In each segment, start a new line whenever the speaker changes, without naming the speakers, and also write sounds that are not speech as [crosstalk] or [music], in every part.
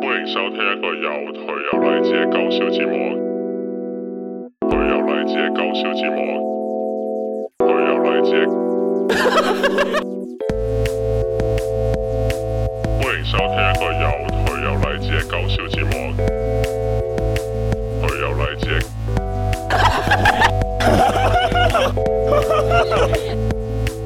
歡迎收聽一個有頹有勵志嘅搞笑節目。頹有勵志嘅搞笑節目。頹有勵志嘅。 [laughs] 歡迎收聽一個有頹有勵志嘅搞笑節目。頹有勵志嘅。歡迎收聽一個
啊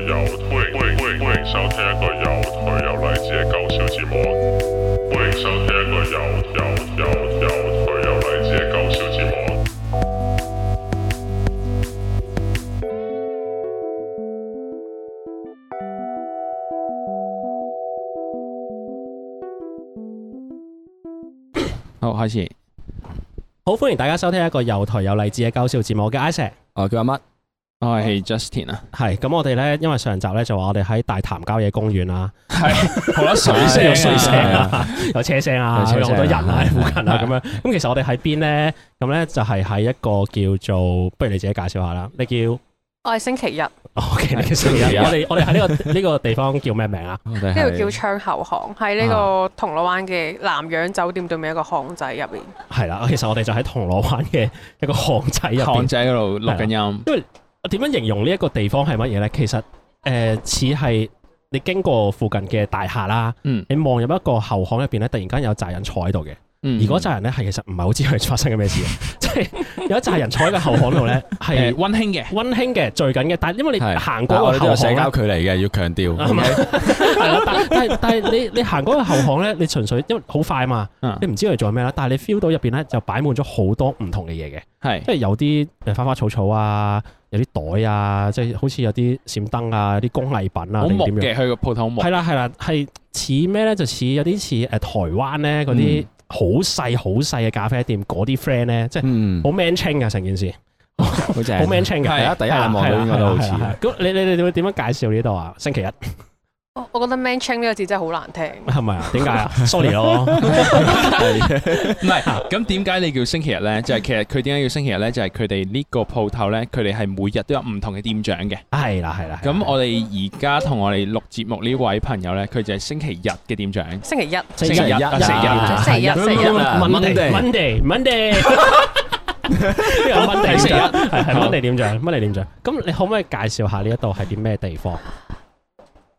有歡迎歡迎歡迎歡迎收聽一個有頹有勵志嘅搞笑節目。歡迎收聽一個有有有有頹有勵志嘅搞笑節目。
好，開始。
好，歡迎大家收聽一個又台有勵志嘅搞笑節目我嘅 Isaac。
我叫阿乜，我哦係 Justin 啊。
係咁，我哋咧，因為上集咧就話我哋喺大潭郊野公園啦，
係，好啦，水
即係有水聲
聲啊。
啊，有車聲啊，
有車聲
有
啊
好多人啊喺附近啊咁
係
樣。咁其實我哋喺邊咧？咁咧就係喺一個叫做，不如你自己介紹下啦。你叫
我係星期日，
OK，你叫
星期日
我哋我哋喺呢個呢個地方叫咩名啊？
我哋
呢度
係
叫窗後巷，喺呢個銅鑼灣嘅南洋酒店對面一個巷仔入面。
係啦，其實我哋就喺銅鑼灣嘅一個巷仔入邊
巷。仔嗰度錄緊音，
啊點樣形容呢一個地方係乜嘢呢？其實誒、呃似係你經過附近嘅大廈啦，
嗯
你望入一個後巷入邊咧，突然間有扎人坐喺度嘅，
嗯
而嗰扎人咧係其實唔係好知佢發生緊咩事嘅， [laughs] 即係有一扎人坐喺個後巷度咧
係
[laughs]
係
溫馨嘅，
温馨嘅聚緊嘅，但係因為你
係
行過
但我
個
哋都有
後巷啊
社
呢
交距離嘅，要強
係
調。
咪 [laughs] 係啦，但但係但係你你行嗰個後巷咧，你純粹因為好快嘛，
嗯
你唔知佢做緊咩啦，但係你 feel 到入邊咧就擺滿咗好多唔同嘅嘢嘅。
係
即係有啲誒花花草草啊，有啲袋啊，即係好似有啲閃燈啊，有啲工藝品啊，
好
定
木
點樣？
嘅，佢個鋪頭好木
係，啦係啦，係似咩咧？就似有啲似誒呃台灣咧嗰啲
嗯
好細好細嘅咖啡店嗰啲 friend 咧，即係
嗯，
好 man 清啊嘅成件事，
好正
好 man 清嘅。
係啊第一眼望到應該都好似
係啦。係啦係啦咁你你你會點樣介紹呢度啊？星期一
我我覺得 man ching 呢個字真係好難
[laughs]
聽，
係咪啊？點解啊？sorry 咯，
唔係咁點解你叫星期日咧？就係其實佢點解叫星期日咧？就係佢哋呢個鋪頭咧，佢哋係每日都有唔同嘅店長嘅。
係啦係啦。
咁我哋而家同我哋錄節目呢位朋友咧，佢就係星期日嘅店長。
星期一
星
期日
啊
星期日
啊
星期一星期一
啊 Monday
Monday Monday，呢
[laughs]
個 Monday 啊
星期一
係係 Monday 點長，Monday 點長。啊咁你可唔可以介紹下呢一度係啲咩地方？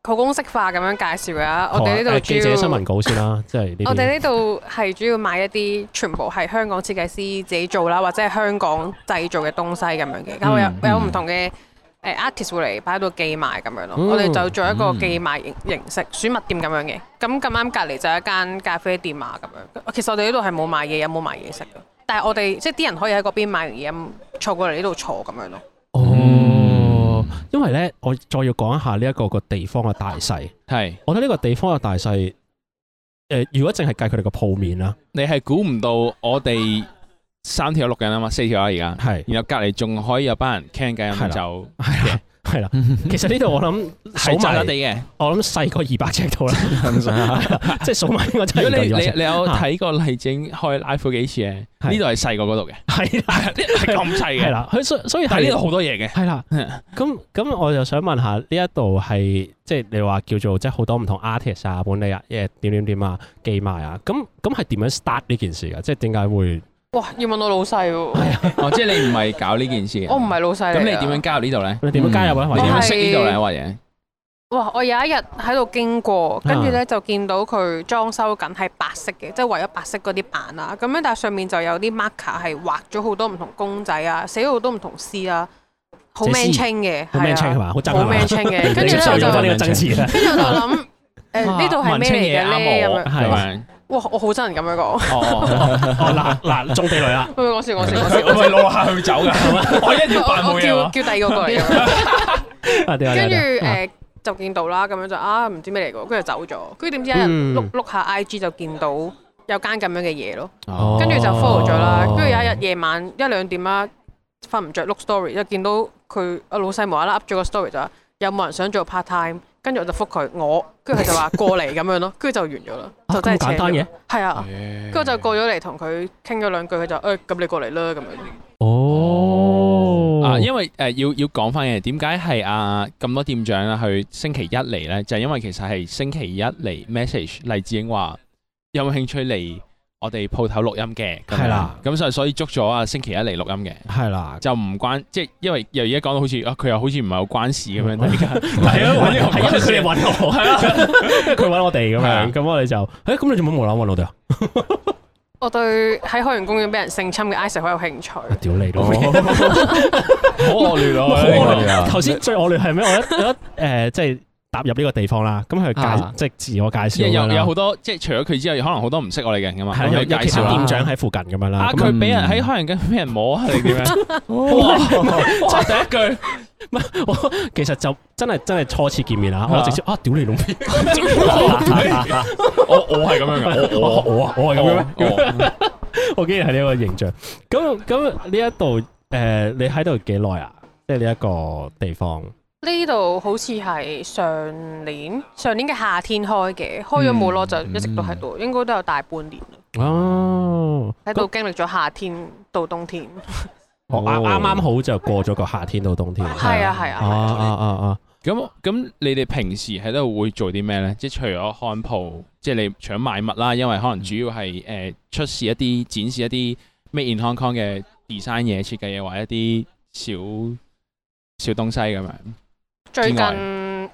好公式化咁樣介紹嘅啊。我哋呢
好啊誒
度
記者新
主
聞
要，
稿先啦，即係呢
我哋
啲
呢度係主要買一啲全部係香港設計師自己做啦，或者係香港製造嘅東西咁樣嘅。咁
嗯
有有唔同嘅。誒 artist 會嚟擺喺度寄賣咁樣咯，
嗯
我哋就做一個寄賣
嗯
形形式，選物店咁樣嘅。咁咁啱隔離就有一間咖啡店啊咁樣。其實我哋呢度係冇賣嘢飲，冇賣嘢食嘅。但係我哋即係啲人可以喺嗰邊買完嘢飲，坐過嚟呢度坐咁樣咯。
哦。因為咧，我再要講一下呢一個個地方嘅大細。
係，
我覺得呢個地方嘅大細，誒，如果淨係計佢哋個鋪面啦，
你係估唔到我哋三條友錄緊啊嘛，四條友而家。 [laughs]
係
然後隔離仲可以有班人傾偈
係
咁
啦
就
係啦係
[laughs]
啦。其實呢度我諗
啊係
數
窄
埋
窄地，嘅。
我諗細過二百尺度啦，
[laughs]
即係數埋應該真係
如
唔夠
果你
二百
你
尺。
你有睇過麗晶開 live 幾次嘅，呢度
係
係細過嗰度嘅，
係啦
係咁細
係
嘅，
啦，佢所所以
但係呢
係
度好多嘢嘅。
係啦。 [laughs] 咁咁，我就想問下呢一度係即係你話叫做即係好多唔同 artist 啊、本地啊、誒點點點啊、寄賣啊，咁咁係點樣 start 呢件事㗎？即係點解會
哇！要問我老細喎，
哦，即係你唔係搞呢件事嘅。
我唔係老細嚟
咁
㗎
你點樣？加入呢度咧？
你點樣加入啊？或
你
者
點
我
樣
係
識呢度咧？或者
哇！我有一日喺度經
啊
過，跟住咧就見到佢裝修緊係白色嘅，即係為咗白色嗰啲板啊。咁樣但係上面就有啲 marker 係畫咗好多唔同公仔啊，寫咗好多唔同詩啊，好
寫詩
man 青嘅，
好 man 青係
係啊
嘛？好憎
好
係嘛
man 青嘅。
[laughs]
跟
你
住
接
咧
受
我
咗
就
呢個爭持啦。
跟住我就諗，誒
哇
呢度係咩
文青嘢
嚟
啱
嘅咧？咁
我
樣，
係咪？
哇！我好憎人咁
[laughs]
樣講，
哦哦，
[laughs] 哦嗱嗱，中地雷啦，
[laughs] 喂講笑講笑講笑，
佢我係攞下佢走㗎， [laughs] 我一定要扮
我
冇
我
嘢
叫
喎。
叫第二個過嚟咁樣。
[laughs] 啊點啊
跟住
點啊
誒就見到啦，咁樣就啊唔知咩嚟㗎，跟住走咗。跟住點知一
嗯
日碌碌下 IG 就見到有間咁樣嘅嘢咯，
哦
跟住就 follow 咗啦。跟住有一
哦
日夜晚一兩點啦，瞓唔着碌 story，就見到佢阿老細無啦啦 up 咗個 story 就話有冇人想做 part time，跟住我就覆佢我，跟住佢就話過嚟咁樣咯， [laughs] 跟住就完咗啦，
啊
就真
咁
係
簡
扯
單
咗
嘅。
係啊，跟住我就哎
嗯
過咗嚟同佢傾咗兩句，佢就誒咁你過嚟啦咁樣。
哦，
嗱，因為誒、呃要要講翻嘅，點解係啊咁多店長啦，去星期一嚟咧，就係因為其實係星期一嚟 message 黎智英話有冇興趣嚟我哋鋪頭錄音嘅，咁樣
係啦，
咁所以所以捉咗啊星期一嚟錄音嘅。
係啦，
就唔關，即係因為又而家講到好似啊，佢又好似唔係有關事咁樣， [laughs] 突然間係啊，揾呢個
嗯 [laughs] 係因為
唔關事
佢哋揾我，係啦，因 [laughs] 為佢揾我哋咁
係啊
樣，咁我哋就，誒，咁你做乜無啦啦揾我哋啊？
我對喺海洋公園俾人性侵嘅 Isaac 好有興趣。
啊屌你都！
哦好惡劣咯，
好
呢個
惡劣頭先最惡劣係咩？我一 [laughs] 我一誒，即係踏入呢個地方啦，咁佢
啊
介即係自我介
因
紹
為
咁樣
有
啦
有好多即係除咗佢之外，可能好多唔識我哋嘅人噶嘛，
係啦
咁
有
佢
有
介
其
紹
他
啦
店長喺附近咁樣啦
啊！。
咁
佢俾人喺海洋公園俾人摸啊，定點
[laughs]
樣？
哇
哇！第一句
我其實就真係真係初次見面啊！我直接啊，屌你老味！
我我係咁樣嘅，我
我我啊我係咁樣咩？
[laughs] 我我
[laughs] 我竟然係呢個形象。咁咁呢一度誒，你喺度幾耐啊？即係呢一個地方。
呢度好似係上年上年嘅夏天開嘅，開咗冇耐就一直都喺
嗯
度，應該都有大半年啦。
哦，
喺度經歷咗夏天到冬天，
我哦啱啱啱好就過咗個夏天到冬天。
係啊係
啊
啊
啊
係啊，
啊啊！
咁咁，你哋平時喺度會做啲咩咧？即係除咗看鋪，即係你除咗買物啦，因為可能主要係誒出示一啲展示一啲 Made in Hong Kong 嘅 design 嘢、設計嘢或者一啲小小東西咁樣。
最近
之外
誒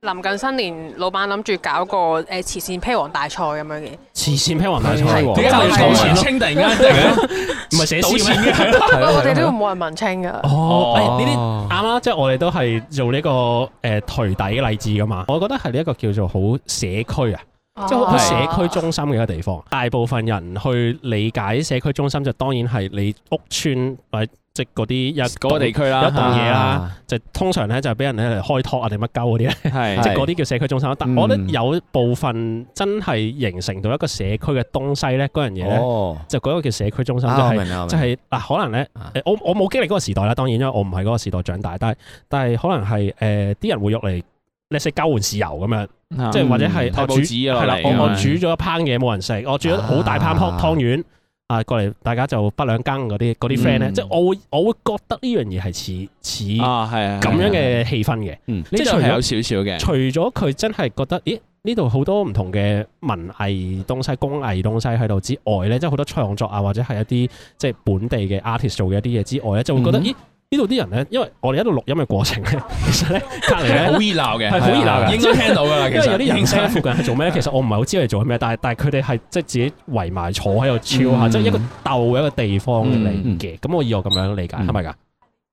臨近新年，老闆諗住搞個誒慈善披王大賽咁樣嘅，
慈善披雲大賽
係
喎，
點解我哋講
錢
錢
咯？
清突然間突然間
唔係寫
啊賭
詩
錢
咩？
嘅？
我哋呢度冇人問清㗎。
哦，誒呢啲啱啦，即係我哋都係做呢個誒頹底嘅例子噶嘛。我覺得係呢一個叫做好社區啊，
哦
即係好社區中心嘅一個地方。大部分人去理解社區中心就當然係你屋村或者即係嗰啲一
嗰個地區啊啦，
一棟嘢 [laughs] 啦，就通常咧就俾人咧嚟開拓啊定乜鳩嗰啲咧，
係
即
係
係嗰啲叫社區中心。但
嗯
我覺得有部分真係形成到一個社區嘅東西咧，嗰樣嘢咧
哦，
就嗰個叫社區中心，就
啊，我
係
明啦，
即係嗱，可能咧
啊，
誒我我冇經歷嗰個時代啦，當然，因為我唔係嗰個時代長大，但係但係可能係誒啲人會用嚟。你食交換豉油咁樣，即係或者係
睇
我
報
煮
紙啊
係啦，
落嚟
我我
咁樣
煮咗一烹嘢冇人食，我煮咗好大烹
啊
湯湯圓啊過嚟，大家就不兩羹嗰啲嗰啲 friend 咧，
嗯
即係我會我會覺得呢樣嘢係似似咁
啊，係啊，
樣嘅氣氛嘅。
嗯
呢
即
度
係除
係有
咗
少少嘅，
除咗佢真係覺得，咦呢度好多唔同嘅文藝東西、工藝東西喺度之外咧，即係好多創作啊，或者係一啲即係本地嘅 artist 做嘅一啲嘢之外咧，就會覺得，
嗯
咦呢度啲人咧，因為我哋喺度錄音嘅過程咧，其實咧隔離
好熱
咧。
鬧嘅，
係好熱鬧嘅
啊應該聽到㗎啦。其
因為
實
有啲人聲喺
聲
附近係做咩咧？其實我唔係好知佢哋做緊咩，但係但係佢哋係即係自己圍埋坐喺度超下，
嗯
即係一個鬥嘅一個地方嚟
嗯
嘅。咁我以我咁樣理解
嗯
係咪㗎？
誒，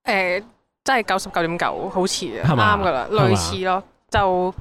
呃真係九十九點九，好似啊，
係嘛
啱噶啦，
係嘛
類似咯，就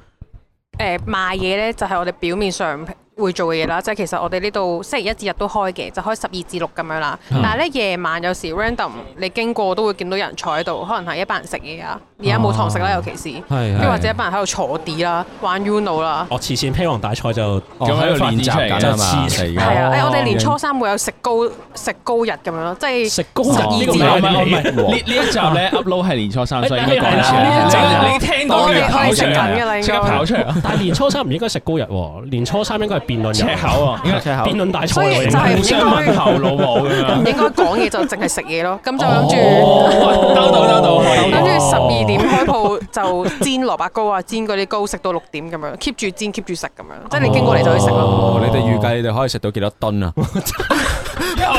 誒賣嘢咧，就係我哋表面上會做嘅嘢啦，即係其實我哋呢度星期一至日都開嘅，就開十二至六咁樣啦。
嗯
但係咧夜晚有時 random 你經過都會見到有人坐喺度，可能係一班人食嘢啊，而家冇堂食啦，
哦
尤其是，
係
跟住或者一班人喺度坐啲啦，玩 Uno 啦。
我慈善披王大賽就
咁喺度練習緊啊嘛，
哦
係啊，誒，我哋連
初
初三會有食糕食糕日咁樣咯，即係
食高
哦
呢個啊
唔
唔係
係唔係
唔
唔係
係呢呢一集
[laughs]
咧 upload 係年初三，所以應該講
係
一
啦
次
呢一集
啦。
我
你聽到
我
佢
哋
跑
我哋
出
食緊㗎啦
嚟，
應該
即刻跑出嚟啊，
但係年初三唔應該食高日喎，年初三應該係辯論
[laughs] 赤
日，
[laughs]
口啊！
應該赤
辯
口，
論大賽
所以
喎，
就係
互相問候老
[laughs]
母咁
唔
樣。
應該講嘢就淨係食嘢咯，咁就諗住。
哦，兜到兜到，
跟
兜
住
到
十二點開鋪就煎蘿蔔糕啊，煎嗰啲糕食到六點咁樣，keep 住煎 keep 住食咁樣，即係你經過嚟就去食咯。
哦，你哋預計你哋可以食到幾多噸啊？
一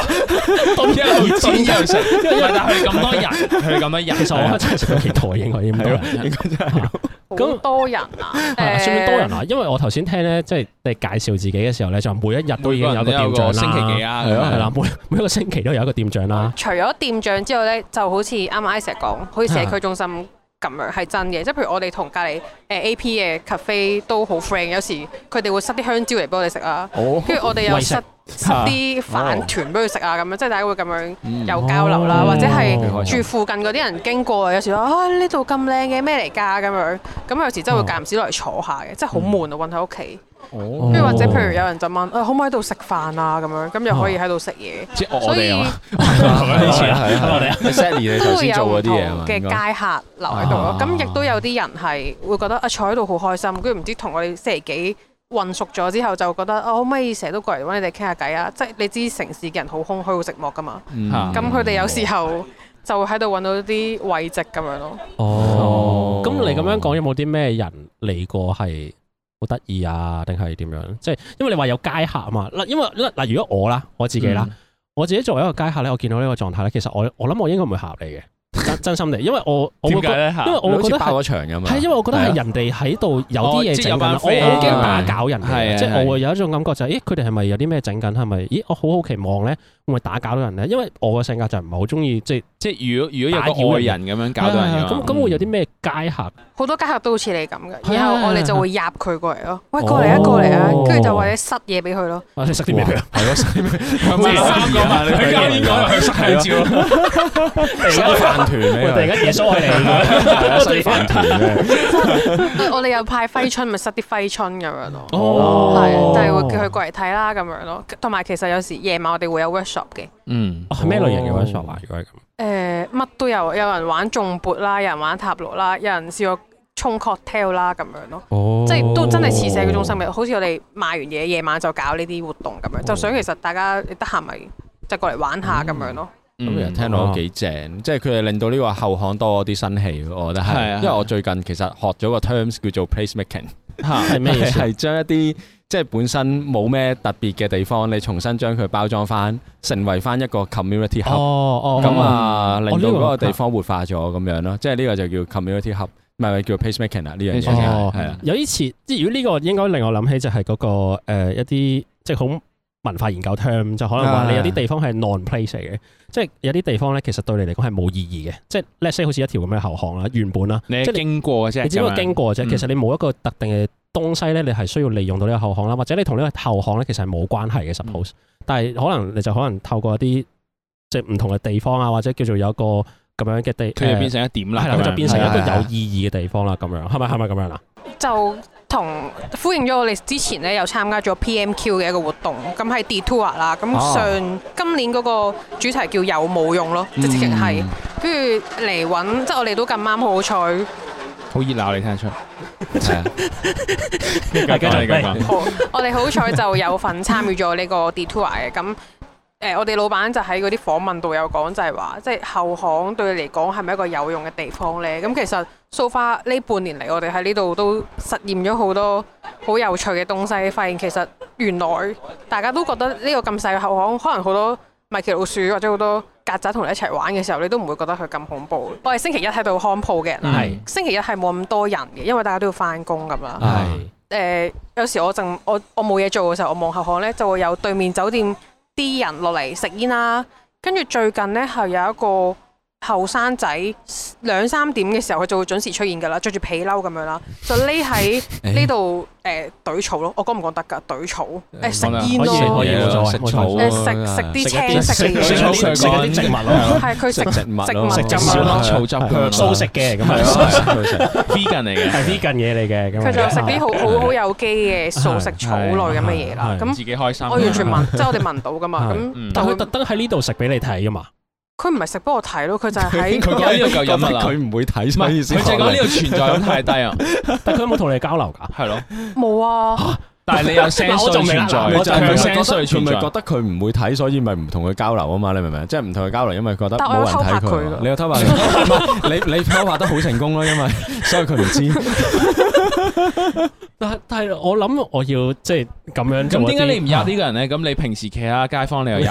路煎一路食，因為但係佢哋咁多人，佢哋咁多人，
其實我真係食到幾多應該應該。
啊
咁
好多人啊，
[laughs] 係啊算
誒
唔算多人啊？因為我頭先聽咧，即係你介紹自己嘅時候咧，就話每一日都已經有一個店長啦，
嗯星期幾啊？
係咯
係啦，每每一個星期都有一個店長啦。
除咗店長之外咧，就好似啱啱 Isaac 講，好似社區中心咁樣係真嘅。即係譬如我哋同隔離誒 A P 嘅 cafe 都好 friend，有時佢哋會塞啲香蕉嚟俾我哋食啊，
哦，
跟住我哋又
喂食啊
塞塞啲飯團俾佢食啊，咁樣即係大家會咁樣有交流啦，
哦
或者係
幾開
心
住附近嗰啲人經過，有時話啊呢度咁靚嘅咩嚟㗎咁樣，咁有時
嗯
真係會間唔時落嚟坐下嘅，即係好悶啊困喺屋企。
哦
跟
跟住或者譬
哦
如有人就問啊可唔可以喺度食飯啊咁樣，咁又可以喺度食嘢。
即係我
所
我
以
哋啊嘛，
以
前
係啊
我哋
係 Sally 你
都
頭
會
先
有
做
唔
嗰啲
同
嘢啊嘛，
嘅
應該
街客留喺度咯
啊。
咁亦都有啲人係會覺得啊坐喺度好開心，跟住唔知同我哋星期幾混熟咗之後，就覺得啊可唔可以成日都過嚟揾你哋傾下偈啊？即係你知城市嘅人好空虛好寂寞噶嘛。
嗯
嚇
咁佢哋有時候就會喺度揾到啲遺跡咁樣咯。
哦，咁你咁樣講有冇啲咩人嚟過係好得意啊？定係點樣？即係因為你話有街客啊嘛，嗱，因為嗱嗱，如果我啦，我自己
嗯
啦，我自己作為一個街客咧，我見到呢個狀態咧，其實我我諗我應該唔會嚇你嘅，
[laughs]
真真心地，因為我我會
點
覺
解咧嚇
因為我會
好
覺
似
得
爆
係
咗場咁啊！
係因為我覺得
係啊
係人哋喺度有啲
哦
嘢
即係
整
有
緊
班
啦，我我
friend
驚打攪人
係
哋
啊
啊，即
係
係我會有一種感覺就係，咦，佢哋係咪有啲咩整緊？係咪？咦，我好好期望咧，會唔會打攪到人咧？因為我嘅性格就唔係好中意即係
即係如果如果
打
有個
擾
外人
人
咁樣搞到人
係啊咁
樣，
咁會有啲咩街客？
好多街客都好似你咁嘅，
係啊
然後我哋就會入佢過嚟咯，喂過嚟啊
哦
過嚟啊，跟住就或者塞嘢俾佢咯。
啊
嗯
[laughs] 你食啲咩俾佢？
係咯，咁
即係三個嘛，
佢
交面講去晒照咯，
喂突然間
飯團咧，
耶 [laughs] 穌嚟
飯團咧，
我哋又派揮春，咪塞啲揮春咁樣咯。
哦
係，就係會叫佢過嚟睇啦咁樣咯。同埋其實有時夜晚我哋會有 workshop 嘅，
嗯，
哦係咩類型嘅 workshop 啊？如果係咁，
誒乜都有，有人玩重撥啦，有人玩塔羅啦，有人試過沖 cocktail 啦咁樣咯。
哦
即係都真係似社區中心嘅，好似我哋賣完嘢夜晚就搞呢啲活動咁樣，就想其實大家得閒咪就過嚟玩下咁樣咯。
咁其實聽落都幾正，即係佢哋令到呢個後巷多啲新氣咯，我覺得
係啊
係。因為我最近其實學咗個 terms 叫做 place making，
嚇
係咩意思？
[laughs] 係將一啲即係本身冇咩特別嘅地方，你重新將佢包裝翻，成為翻一個 community hub。
哦哦
咁啊，令到
呢個
嗰個地方活化咗咁樣咯，即係呢個就叫 community hub，唔係唔係叫 pacemaker 啊呢樣嘢就係
哦
係啊，
有啲似，即係如果呢個應該令我諗起就係嗰個誒一啲即係好文化研究 term，就可能話
啊
你有啲地方係 non place 嚟嘅，即係有啲地方咧其實對你嚟講係冇意義嘅，即係 let's say 好似一條咁嘅後巷啦，原本啦，
你
即係
係
你
經過嘅啫，
你只不過經過啫，
嗯
其實你冇一個特定嘅東西咧，你係需要利用到呢個後巷啦，或者你同呢個後巷咧其實係冇關係嘅，suppose，但係可能你就可能透過一啲即係唔同嘅地方啊，或者叫做有一個咁樣嘅地，
佢就變
誒
成一點啦，
係啦，啊佢就變成一
係
個
係
有意義嘅地方啦，咁樣係咪係咪咁樣啊？
就同呼應咗我哋之前咧，有參加咗 PMQ 嘅一個活動，咁係 Detour 啦。咁
哦
上、今年嗰個主題叫有冇用咯，即係直情係跟住嚟揾，即係我哋都咁啱好彩，
好熱鬧，
[laughs]
你聽得出？
係啊，
係繼續嚟
好我哋好彩就有份參與咗呢個 Detour 嘅。咁誒、呃我哋老闆就喺嗰啲訪問度有講，就係話，即係後巷對你嚟講係咪一個有用嘅地方呢？咁其實 so far 呢半年嚟，我哋喺呢度都實驗咗好多好有趣嘅東西，發現其實原來大家都覺得呢個咁細嘅後巷，可能好多米奇老鼠或者好多曱甴同你一齊玩嘅時候，你都唔會覺得佢咁恐怖。嗯我哋星期一喺度看鋪嘅人
Ừ.
啦，
係
星期一係冇咁多人嘅，因為大家都要翻工咁啦。
係。
誒、呃有時我淨我我冇嘢做嘅時候，我望後巷咧就會有對面酒店啲人落嚟食煙啦。跟住最近咧係有一個後生仔兩三點嘅時候，佢就會準時出現㗎啦，着住皮褸咁樣啦，就匿喺呢度誒懟草咯。我講唔講得㗎？懟草誒食煙
可以
咯
嗯可，以冇錯
食
冇錯
草
誒
啊，
食食啲
食一
青色
食
嘅
食
一啲
嘢，
食一啲植物咯
係佢
[laughs]
食
食
植物咯，
食
植物
小
咯
粒草汁咁樣咯
素食嘅咁
係
樣，
啊素食
vegan 嚟嘅，
係 vegan 嘢嚟嘅咁樣。啊
佢就食啲好好好有機嘅素食草類咁嘅嘢啦。
係
咁
自己開心。
我完全聞，即係我哋聞到㗎嘛。
係
咁
嗯
就
但
會
佢特登喺呢度食俾你睇噶嘛？
佢唔係食俾我睇咯，佢就
[laughs] 佢
係喺
講呢度夠
覺得
飲物啦，
佢唔會睇，所以
佢就
先
係講呢度存在感太低啊，
但佢有冇同你交流㗎？
係咯。
冇啊，
但係你有
嗱
sense 存在，
佢
我
就
仲未
係
有
佢
覺得
sense
佢
存
咪覺
在。
得佢唔會睇，所以咪唔同佢交流啊嘛？你明唔明？即係唔同佢交流，因為覺得
但我有
冇人
偷拍
睇
佢㗎
佢。你有偷拍佢？你你偷拍得好成功咯，因為所以佢唔知。
但係但係我諗我要即係咁樣做
咁
一啲。
點解你唔入呢個人咧？咁你平時其他街坊你又入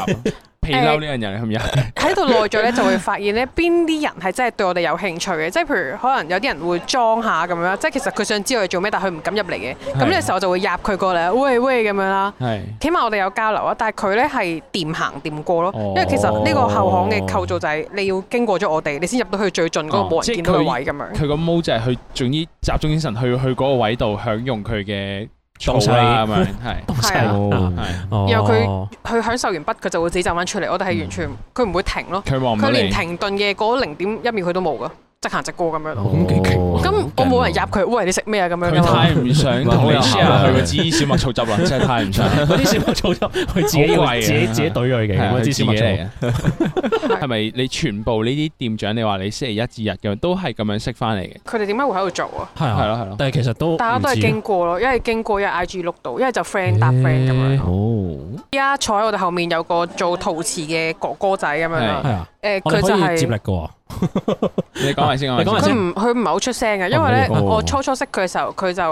皮褸呢樣人，你唔入？
喺度耐咗咧就會發現咧邊啲人係真係對我哋有興趣嘅，即係譬如可能有啲人會裝下咁樣，即係其實佢想知我哋做咩，但係佢唔敢入嚟嘅。咁呢個時候我就會入佢過嚟，喂喂咁樣啦。
係
起碼我哋有交流啊，但係佢咧係掂行掂過咯，
哦
因為其實呢個後巷嘅構造就係你要經過咗我哋，你先入到去最盡嗰個
哦
冇
即係
人見到嘅
佢
位咁樣。
佢個毛就係去，總之集中精神去去嗰個位度享用佢嘅草啦咁樣，係
係啊，
哦
係。
哦
然後佢佢享受完筆，佢就會自己走翻出嚟。我哋係完全佢唔會停咯，
嗯佢望唔
佢
到
連
你。
停頓嘅嗰零點一秒佢都冇噶。直行直過咁樣咯。
咁幾勁喎
咁我冇人入佢，喂你食咩啊咁樣
佢
㗎嘛
太唔想 [laughs] 同你 share 佢個芝小麥醋汁啦，啊真係太唔想。 [laughs]
嗰啲小麥做咗，佢自己
好貴嘅啊
自己自己懟佢嘅，
係啊
咁
佢
啲
自
小
己
麥做。
嚟嘅，
[laughs]
係咪你全部呢啲店長？你話你星期一至日咁樣都係咁樣識翻嚟嘅，
佢哋點解會喺度做啊？
係
係
啊，
咯係咯。
但係其實都
大家都係經
唔
過咯，一係經過，一係 I G 碌到，一係就 friend 搭 friend 咁啊樣。
哦，
依家坐喺我哋後面有個做陶瓷嘅哥哥仔咁樣
知
啦
係。啊，
誒，
我
佢
哋
就
可以接力
係
嘅喎。
[laughs] 你講埋先，講
你講
埋
埋
佢
先。
唔佢唔係好出聲嘅，因為咧
哦
我初初識佢嘅時候，佢就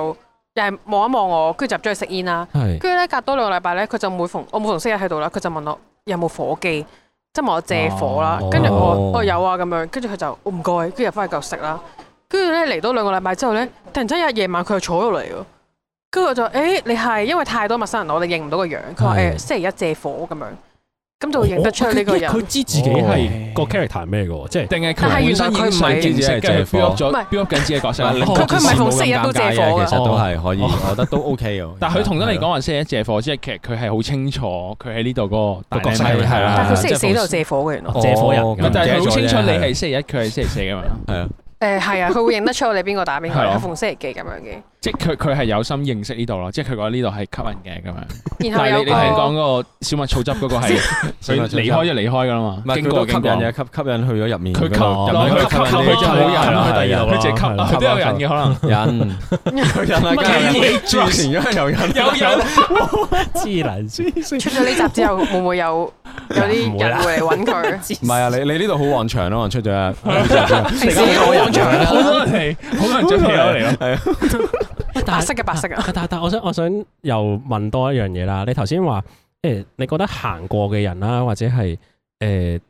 又係望一望我，跟住就入咗去食煙啦。
係
跟住咧隔多兩個禮拜咧，佢就每逢我每逢星期喺度啦，佢就問我有冇火機，即係問我借火啦
哦。
跟住我話
哦
我話有啊咁樣，跟住佢就我唔該，跟住入翻去繼續食啦。跟住咧嚟到兩個禮拜之後咧，突然之間有一夜晚佢就坐咗落嚟喎。跟住我就誒、欸你係因為太多陌生人，我哋認唔到個樣。佢話
係
誒星期一借火咁樣，咁就會認得出呢個人。
佢知自己
哦
係個 character 係咩嘅喎，即係
定係
但係
佢本身已經細
原來佢唔係
知自己係借
唔係
火咗
唔係
build up 緊自己嘅角色啦。
唔係
令
佢佢唔係逢
冇咁
星期一都
尷尬
借火
嘅
㗎
其實都係可以，我覺得都 OK 嘅。
但係佢啊同得你講話星期一借火之後，其實佢係好清楚佢喺呢度嗰個
個角色
係啊
係啦
但係佢星期
即係
四都有借火嘅原來。
哦，
借火人
咁
唔
但係佢好清楚你係星
係
期一，佢係星期四㗎嘛。
係啊，
誒係啊，佢會認得出我哋邊個打邊個
係啊
嘅，逢星期幾咁樣嘅。
即係佢佢係有心認識呢度咯，即係佢覺得呢度係吸引嘅咁樣。
然
但
後
係
有
你你聽講
個
嗰個小麥醋汁嗰個係佢離開就離開㗎啦嘛
唔，係
經
佢
過
都吸
經過
引嘅，吸吸引去咗入面㗎嘛。
佢吸落
入面
去
吸
吸
吸
吸去就
引你
冇人啦，
係啊
佢淨係吸
係啊
佢都有人嘅可
[laughs]
能。
人，佢人
乜嘢
啊，住前咗係有人，
有有
知
[laughs]
能知 [laughs]
出咗呢集之後，會唔會有有
唔
啲
會啦
人會嚟揾佢？
唔係啊，你你呢度好旺場咯，出咗 [laughs] 啊，
平時好旺場
好多人嚟，好多人追起我嚟咯。
係啊，
白色嘅白色啊！
但但但我想我想又問多一樣嘢啦。你頭先話誒，你覺得行過嘅人啦，或者係誒、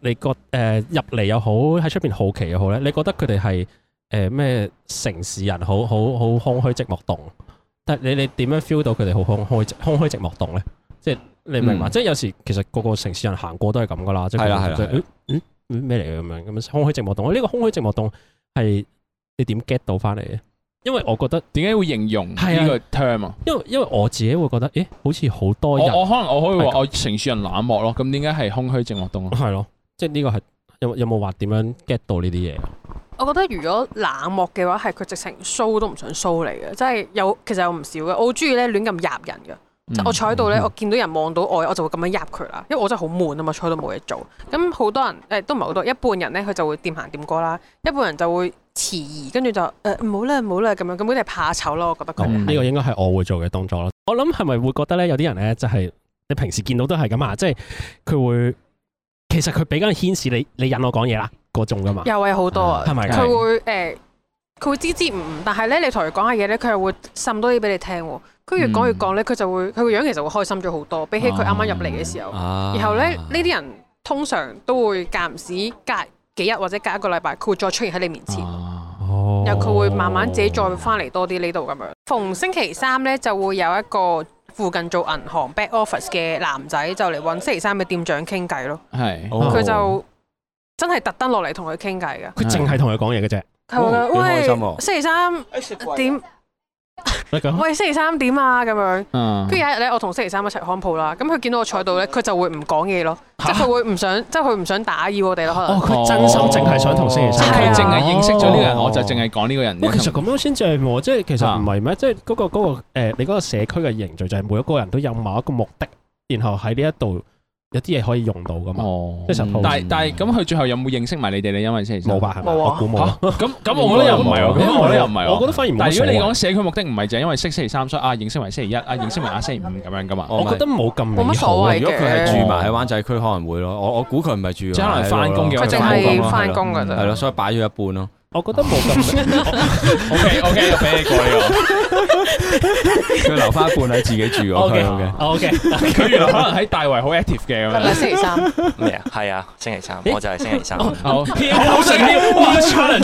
你覺誒、入嚟又好，喺出邊好奇又好咧，你覺得佢哋係誒咩城市人好好好空虛寂寞凍？但你你點樣 feel 到佢哋好空虛空虛寂寞凍咧？即係你明嘛？
嗯
即係有時其實個個城市人行過都係咁噶啦，即係
係啦係啦
即係
係啦
嗯嗯咩嚟嘅咁樣咁樣空虛寂寞凍？呢、個空虛寂寞凍係你點 get 到翻嚟嘅？因為我覺得。
點解會形容
係啊
呢個 term 啊？
因為因為我自己會覺得，咦，好似好多
我
人
我可能我可以
係
話我城市人冷漠咯，咁點解係空虛寂寞凍啊？
係咯，即係呢個係有有冇話點樣 get 到呢啲嘢？
我覺得如果冷漠嘅話，係佢直情 show 都唔想 show 嚟嘅，即係有其實有唔少嘅。我好中意咧亂咁入人嘅，即係我坐喺度咧，我見到人望到我，我就會咁樣入佢啦，因為我真係好悶啊嘛，坐喺度冇嘢做。咁好多人誒、都唔係好多，一半人咧佢就會掂行掂過啦，一半人就會遲疑，跟住就誒唔好啦唔好啦咁樣，咁佢哋係怕醜咯，我覺得佢
咁
哋
嗯
呢個應該係我會做嘅動作咯。我諗係咪會覺得咧，有啲人咧就係你平時見到都係咁啊，即係佢會其實佢俾緊牽使你，你引我講嘢啦嗰種噶嘛。
又係好多啊，
係咪
佢會誒，呃佢會支支吾吾，但係咧你同佢講下嘢咧，佢係會滲多啲俾你聽喎。佢越講越講咧，佢就會佢個樣其實會開心咗好多，比起佢啱啱入嚟嘅時候。
啊
啊
然後咧，呢啲人通常都會間唔時隔幾日或者隔一個禮拜，佢會再出現喺你面前。
啊
哦
然後佢會慢慢自己再翻嚟多啲呢度咁樣。逢星期三咧就會有一個附近做銀行 back office 嘅男仔就嚟揾星期三嘅店長傾偈咯。
係
哦
佢就真係特登落嚟同佢傾偈嘅。
佢淨係同佢講嘢嘅啫。
佢話
哦幾開心
喂
喎
星期三點？
你講
喂星期三點啊咁樣。
嗯
跟住有一日咧，我同星期三一齊看鋪啦。咁佢見到我坐喺度咧，佢就會唔講嘢咯，即係佢會唔想，即係佢唔想打擾我哋咯。可
哦，
能
佢真心淨係想同星期
即
三
係
係
佢
啊
淨係認識咗呢個人，
哦
我就淨係講呢個人。
喂，其實咁樣先正喎，即係其實
啊
唔係咩？即係嗰個嗰個呃你嗰個社區嘅凝聚就係每一個人都有某一個目的，然後喺呢一度有啲嘢可以用到噶嘛。
哦
即係 suppose
但係但係咁，佢最後有冇認識埋你哋咧？因為星期三
冇？吧？係咪？
冇啊
我估冇啊。
嚇咁咁，我覺得又唔係喎，咁我覺得又唔係喎。
我覺得反而冇乜
但係如果你
所謂
講社區目的唔係就係因為識星期三，所以啊認識埋星期一，啊認識埋啊星期五咁樣噶嘛。
哦
我覺得冇咁美
冇乜
好啊
所謂
如果佢
嘅
係住埋喺灣仔區，可能會咯。我我估佢唔係住喺灣
即係可
仔
能返工嘅話返工
佢淨
度咯，
係
啊
翻工㗎
係
啫。
咯，所以擺咗一半咯。
我覺得冇咁
[laughs]
美
OK OK，俾你過呢個。
佢留翻一半喺自己住嗰
O
區
K
嘅。
O K。
佢原來可能喺大圍好 active Ờ. 嘅咁
係咪
樣。
星期三？
咩啊？係啊，星期三，
咦哦
我就係星期三。
好，好想要哇！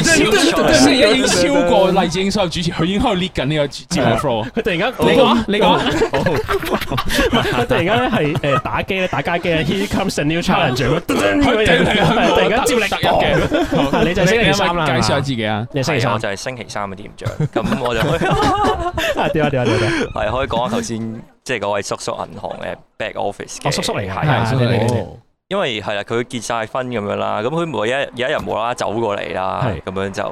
已經超過黎智英所有主持，佢已經開始 lead 緊呢個節目 flow。
佢突然間，
你講你講
[laughs] 佢突然間咧係誒打機咧，打街機咧，Here comes a new challenge 咁樣突然間
佢突然係
突然間接力
突入
[laughs]
嘅
嘅，你就係星期三啦。
介紹下
係嘛
自己啊。
你係星期
係啊
三
我就係星期三嘅店長，咁我就
[laughs]
可以
啊？點啊點啊點啊點啊！
係可以講下頭先，即係嗰位叔叔銀行嘅 back office 嘅
哦叔叔嚟㗎
係
係
啊
叔叔嚟嘅
你
哦
因為係啦，佢結晒婚咁樣啦，咁佢每一有一日無啦啦走過嚟啦
係，
咁樣就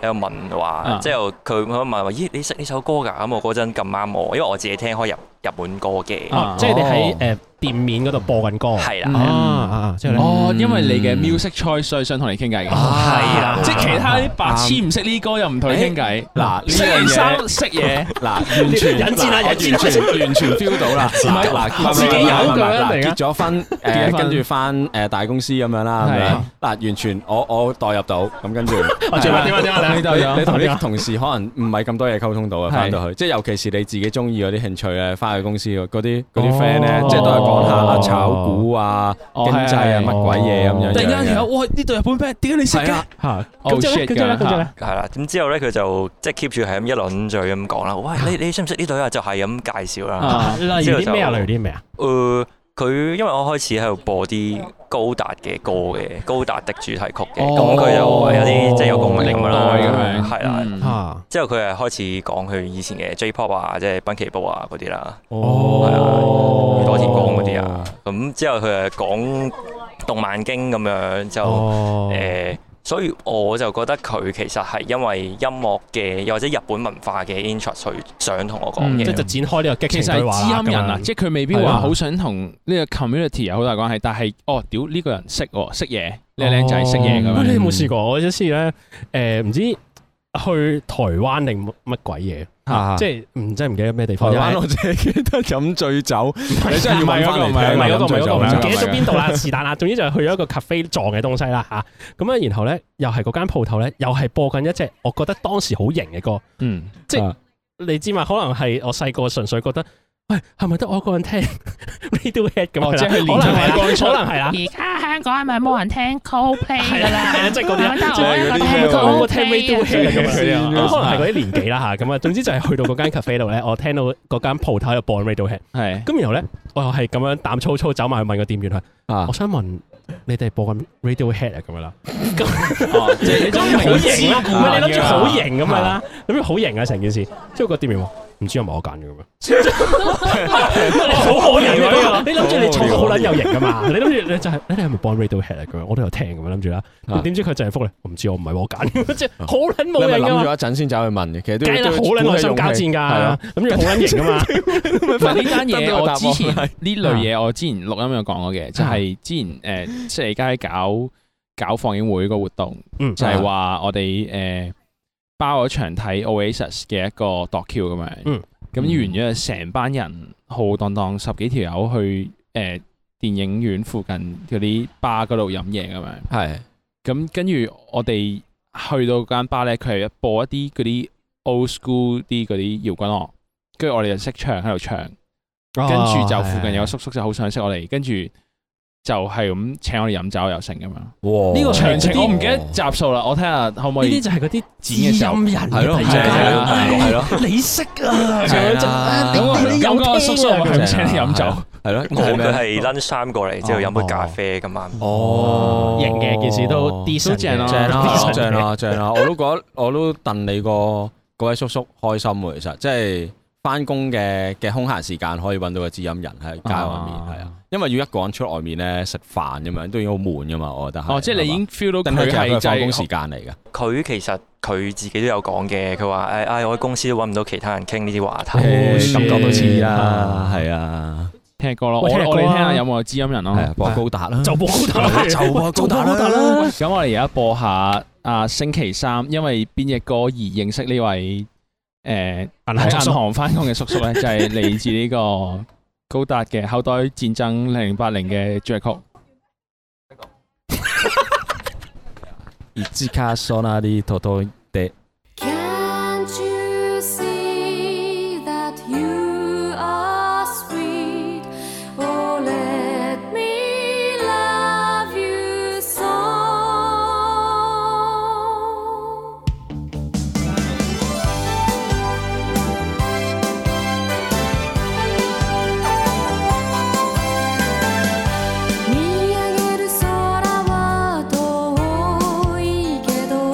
喺度問話
啊，
即係佢佢問話，咦你識呢首歌㗎？咁我嗰陣咁啱我，因為我自己聽開日日本歌嘅，
啊
即係你喺誒店面嗰度播緊歌。
係
啊
啦，
啊，即係咧
哦，因為你嘅 music choice 所以想同你傾偈嘅，
係啦，
即係其他啲白痴唔識呢歌又唔同你傾偈。
嗱呢
識
樣
完
嘢
衫識嘢，
嗱，完全
引戰啊
嗱我
引戰啊
完全完全 feel 到啦。
唔係
嗱，嗱
自己有
嗱
咁樣
嗱
嚟㗎
啊 [laughs] 結咗婚
結咗婚
誒，跟住翻誒大公司咁樣啦，咁
係
樣嗱，完全我我代入到咁跟 [laughs] 住。
我最點啊點啊點啊！
你你同
點啊
啲同事可能唔係咁多嘢溝通到啊，
係
翻到去，即係尤其是你自己中意嗰啲興趣咧，翻去公司嗰啲嗰啲
哦
friend 咧，即係都係講下啊炒股啊、
哦
經濟啊、
係係
乜鬼嘢咁樣樣嘅。
突然間條友，哇！呢隊日本 band 點解你識
係
嘅
啊？
嚇，
Oh
咁之後咧
shit
跟住咧，
㗎
跟住咧，
係啦，咁之後咧佢就即係 keep 住係咁一輪嘴咁講啦，喂你你識唔識呢隊啊？就係咁介紹啦。
啊
例如啲咩啊？例如啲咩啊？
誒，呃佢因為我開始喺度播啲高達嘅歌嘅，高達的主題曲嘅，咁佢就話有啲哦即係有共鳴
年
咁
代
哦
啦，
哦咁
啊
樣，
係啦。
嗯
嚇，
之後佢係開始講佢以前嘅 J-pop 啊，即係濱崎步啊嗰啲啦，啊
哦
多田光嗰啲啊。咁之後佢係講動漫經咁樣就
哦，
誒，所以我就覺得佢其實係因為音樂嘅，又或者日本文化嘅 interest 去想同我講
嗯
即係就
嘢。
展開呢個激情
其實
對話啦
係知音人啊，
咁樣
即係佢未必
係啊
話好想同呢個 community 有好大關係，但係哦，屌呢個人識喎，識嘢，呢個僆仔識嘢咁
哦喂你
樣嗯
有冇試過？我有一次咧，誒唔知去台灣定乜鬼嘢，
啊
即係唔真係唔記得咩地
台
方。
灣我淨係記得飲醉酒，你真係要
唔係
揾
嗰
唔
個唔係
翻嚟
係
聽
嗰個，
飲
唔係
醉
嗰
酒
個，
係
唔
咪
記得咗邊度啦，是但啦。 [laughs] 總之就去咗一個 cafe 撞嘅東西啦吓，咁啊，然後咧又係嗰間鋪頭咧，又係播緊一隻我覺得當時好型嘅歌。
嗯，
即係
啊
你知嘛？可能係我細個純粹覺得，喂，係咪得我一個人聽 [laughs] Radiohead 咁樣啦？
哦即係佢連
可能
唱埋
係
歌出
可能係啦。啊
而家香港係咪冇人聽 Coldplay 㗎啦？
係啊即係嗰啲啊
得
即係嗰啲咩
我一個
話
我
我
我
聽啊
聽 Radiohead 咁樣
係啊
咁可能係嗰啲年紀啦吓，咁啊，總之就係去到嗰間 cafe 度咧，我聽到嗰間鋪頭喺度播 Radiohead，
係
咁然後咧，我又係咁樣膽粗粗走埋去問個店員佢，
啊
我想問你哋播緊 Radiohead 啊咁樣啦，
哦即係你
你
都
諗住好型啦，
明
唔係你諗住好型咁樣
啊
啦，諗住好型啊成件事，之後個店員話唔知係咪我揀嘅咁樣。好好型啊！ [laughs] 你諗住你坐到好撚啊有型噶嘛？你諗住你就係你係咪幫 Radiohead 啊嚟咁樣？我都有聽咁樣諗住啦。
啊
點知佢就係覆你，我唔知我唔係我 [laughs] 揀，即係好撚
你
冇
咪
型噶
諗
嘛
咗？一陣先走去問嘅，其實都
梗係
要
啦，好撚內心交戰
係啊
㗎，諗住好撚型噶嘛？
唔係呢單
真係
嘢，
我
我
答案
之前呢類嘢，我之前錄音有講過嘅，就
啊
係之前诶，誒即係而家搞搞放映會個活動，
嗯，
就係啊話我哋诶包咗場睇 Oasis 嘅一個 docu 咁樣，
嗯
咁完咗就成班人浩蕩蕩十幾條友去诶電影院附近嗰啲吧嗰度飲嘢咁樣，
係
咁跟住我哋去到間吧咧，佢係播一啲嗰啲 old school 啲嗰啲搖滾樂，跟住我哋就識唱喺度唱。
哦
跟住就附近有
係
個叔叔就好想識我哋，跟住就係咁請我哋飲酒又成咁樣。呢
哇
個詳情
呢啲
我唔記得集數啦，我睇下可唔可
呢啲
以
就係嗰啲知
剪嘅時候
音人嘅
係咯
地
係啊係啊
方
係咯，
你識啊？
係啊
咁啊
咁啊
咁個叔叔咪係咁請你飲
係
酒
啊，係咯，
我
係
佢
咩？
係 lunch time 過嚟之後飲杯咖啡咁啊啱。
哦
型嘅件事哦都
都
decent
正
嘅 [laughs]
啊
正啦，
decent
正啦，正啦！我都覺得我都戥你個嗰位叔叔開心喎，其實即係翻工嘅嘅空閒時間可以揾到個知音人喺街外面，係啊，因為要一個人出外面咧食飯咁樣都已經好悶噶嘛，我覺得係。
哦，即係你已經 feel 到
定係
佢
其實
係哦
佢係
就
放工
係
時間嚟嘅，
佢其實佢自己都有講嘅，佢話誒唉，我喺公司都揾唔到其他人傾呢啲話題，
哦
誒感覺到似
啊
啦，係啊，
聽歌咯。我
喂
我
聽下歌啊
哋聽下有冇知音人咯
係。啊，博高達啦，
就播高
[laughs]
達啦，
就播高達啦
就播啦。
咁我哋而家播下啊星期三，因為邊只歌而認識呢位誒
銀行
喺
叔
銀
叔
行翻工嘅叔叔咧，就係嚟自呢個高達嘅口袋戰爭零八零嘅主題曲。
熱之卡索那啲托托地。
Can't you see that you are sweet? Oh, let me love you so. 見上げる空は遠いけど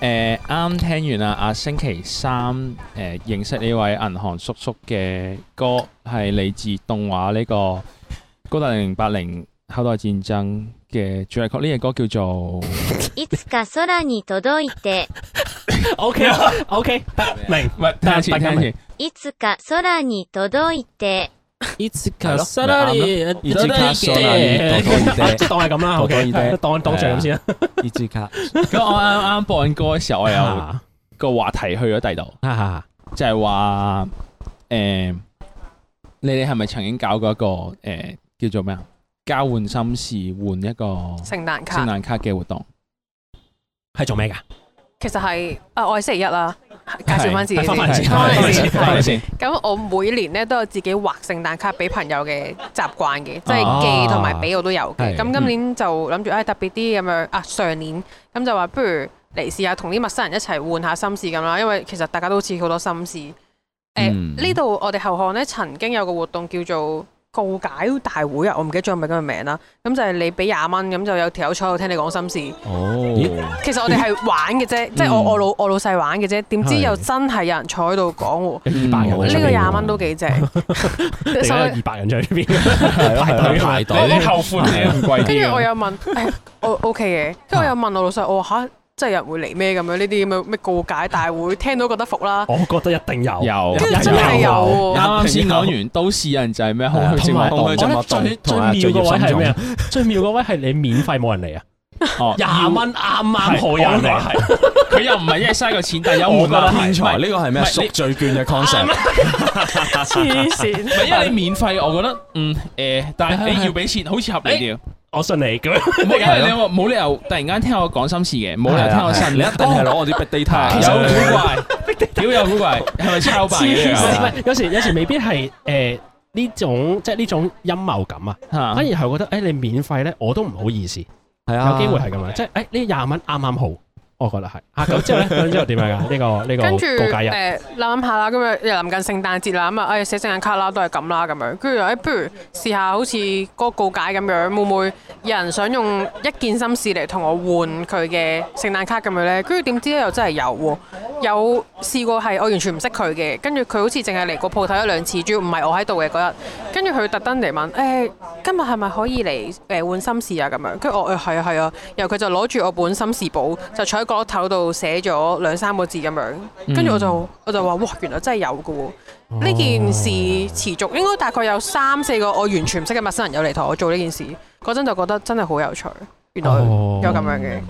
誒啱聽完啊！啊星期三誒、呃、認識呢位銀行叔叔嘅歌係嚟自動畫呢、個《高達零八零口袋戰爭》嘅主題曲，呢只歌叫做
いつか空に届いて、
O K O [laughs] K，明。
唔係聽一次
大家
聽一
明
次，
いつか空に届いて、
いつ
係
か
咯
空に
咪
届いて
啱咯い
啊即係
つか空に
當係啊咁啦，O
多多
K，
益啲
當當像咁先啦。
呢支卡
咁我啱啱播緊歌嘅時候，我有
啊
個話題去咗第度，
啊啊
就係話誒你哋係咪曾經搞過一個誒、呃叫做咩啊？交換心事換一個
聖誕
聖
卡
誕卡嘅活動？
係做咩㗎？
其實係啊，我係星期一啦，介紹翻自己
係
先。
翻返嚟先
翻
返
嚟
嚟
先
先
係
返嚟
先。
咁我每年咧都有自己畫聖誕卡俾朋友嘅習慣嘅，即
啊
係寄同埋俾我都有
係
嘅。咁今年就諗住唉特別啲咁樣啊，上年咁就話不如嚟試下同啲陌生人一齊換下心事咁啦，因為其實大家都好似好多心事。誒
嗯
呢度我哋後巷咧曾經有個活動叫做告解大會啊，我唔記得咗係咪咁嘅名啦。咁就係你俾廿蚊，咁就有條友坐喺度聽你講心事。
哦，
其實我哋係玩嘅啫，即係我我老我老細玩嘅啫。點知又真係有人坐喺度講
有二百人
嗯
喎，
喺出
呢
邊
個
喎
廿蚊都幾正。
[laughs]
[laughs]
突然
所
間
以
有二百人在呢 [laughs] 邊排隊排
我
隊。
後悔 [laughs] 你唔貴
跟住我
啲
又問，誒我 OK 嘅，跟住我又問我老細，我話嚇，真係有人會嚟咩咁樣？呢啲咁嘅咩告解大會，聽到覺得服啦。
我覺得一定有，
有
跟住真係
啊
有喎，
啱啱先講完都市人就係咩空虛
同
症
埋
候
空
我
虛
群
覺得
症候
最
群
最妙
同埋
嘅位係
最
咩
嚴
啊？ [laughs] 最妙嘅位係你免費冇人嚟啊，
哦
廿蚊啱啱好有人嚟，
佢又唔係因為嘥個錢，但係有
我
門
覺得
啦，
天才
唔係
呢個係咩
唔係
贖罪券嘅 concept，
黐線。
唔係因為你免費，我覺得嗯誒，但係你要俾錢，好似合理啲。
我信你咁樣。
唔係因為你話冇理由突然間聽我講心事嘅，冇理由聽我呻。
你一定係攞我啲 big
哦
data
有
[laughs]
古怪，屌有古怪，係咪抄白
黐線，唔
嘅？
係有時有時未必係誒呢種即係呢種陰謀感啊，
嚇
反而係覺得誒你免費咧，我都唔好意思。
係
有
啊，
機會係咁樣，即係誒哎呢廿蚊啱啱好，我覺得係。啊咁之後咧，咁之後點樣 [laughs] 㗎？呢個呢個
跟住
告解日
誒諗諗下啦，咁啊又臨近聖誕節啦，咁啊誒寫聖誕卡啦，都係咁啦咁樣。跟住誒，不如試下好似嗰個告解咁樣，會唔會有人想用一件心事嚟同我換佢嘅聖誕卡咁樣咧？跟住點知咧又真係有喎，有試過係我完全唔識佢嘅，跟住佢好似淨係嚟過鋪頭一兩次，主要唔係我喺度嘅嗰日。跟住佢特登嚟問誒、今日係咪可以嚟誒換心事啊咁樣？跟住我誒係啊係啊，然後佢就攞住我本心事簿，就坐喺角落頭度寫咗兩三個字咁樣。
嗯
跟住我就我就話哇，原來真係有嘅
哦
喎！呢件事持續應該大概有三四個我完全唔識嘅陌生人有嚟同我做呢件事，嗰陣就覺得真係好有趣。原來
哦
有咁樣嘅，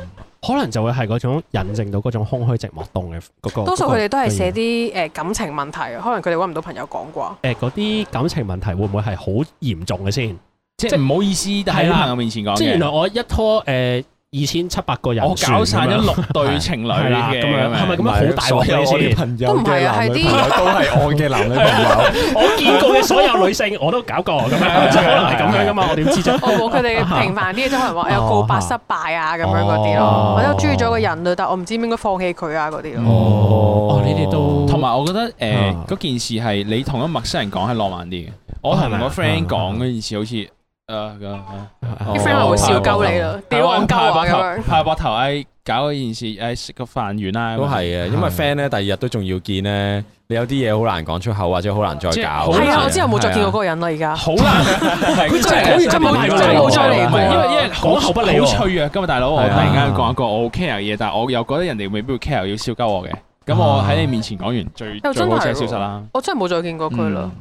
可能就會係嗰種引證到嗰種空虛寂寞凍嘅嗰個。
多數佢哋都係寫
寫
啲誒感情問題，可能佢哋揾唔到朋友講啩。
誒嗰啲感情問題會唔會係好嚴重嘅先？
即係唔好意思，但係
係
喺
啦
朋友面前講
即係原來
嘅，
我一拖誒二千七百個人
我
船咁樣，
搞散咗六對情侶
係啦
嘅，
咁樣，係咪咁樣好大
所有
鑊
我啲
先？
朋
都
友
唔
嘅
係啊
男
係
女
啲
朋友都係
[laughs]
我嘅男女朋友，
我見過嘅所有女性我都搞過咁
[laughs]
樣，即係可能係咁樣噶嘛？我點知啫？
我冇佢哋平凡啲嘅，即係可能話有告白失敗啊咁樣嗰啲
哦
咯，或者我中意咗個人類，但我唔知應唔應該放棄佢啊嗰啲
嗯
咯。
哦，呢啲都
同埋我覺得誒
啊
嗰件事係你同一陌生人講係浪漫啲嘅，我
係
同
咪啊
個 friend 講
啊
嗰件事好似啊咁啊
啲 friend 話會笑鳩你啦，屌戇鳩啊咁樣。
拍膊頭唉，搞嗰件事唉，食個飯完啦，
都係嘅，因為 friend 咧第二日都仲要見咧，你有啲嘢好難講出口，或者好難再
即係
搞。
好
係啊，
難啊
我之後冇再見過嗰個人啦，而家。
好難，係
佢真係
係
佢真係冇
真係
冇再
嚟過
唔係因為因為好
講口不理喎
好脆弱噶嘛，大佬，我
係啊
突然間講一個我好 care 嘅嘢，但係我又覺得人哋未必會 care 要燒鳩我嘅，咁我喺你面前講完最最
又真係
好就係
喎
消失啦。
我真係冇再見過佢啦
嗯，。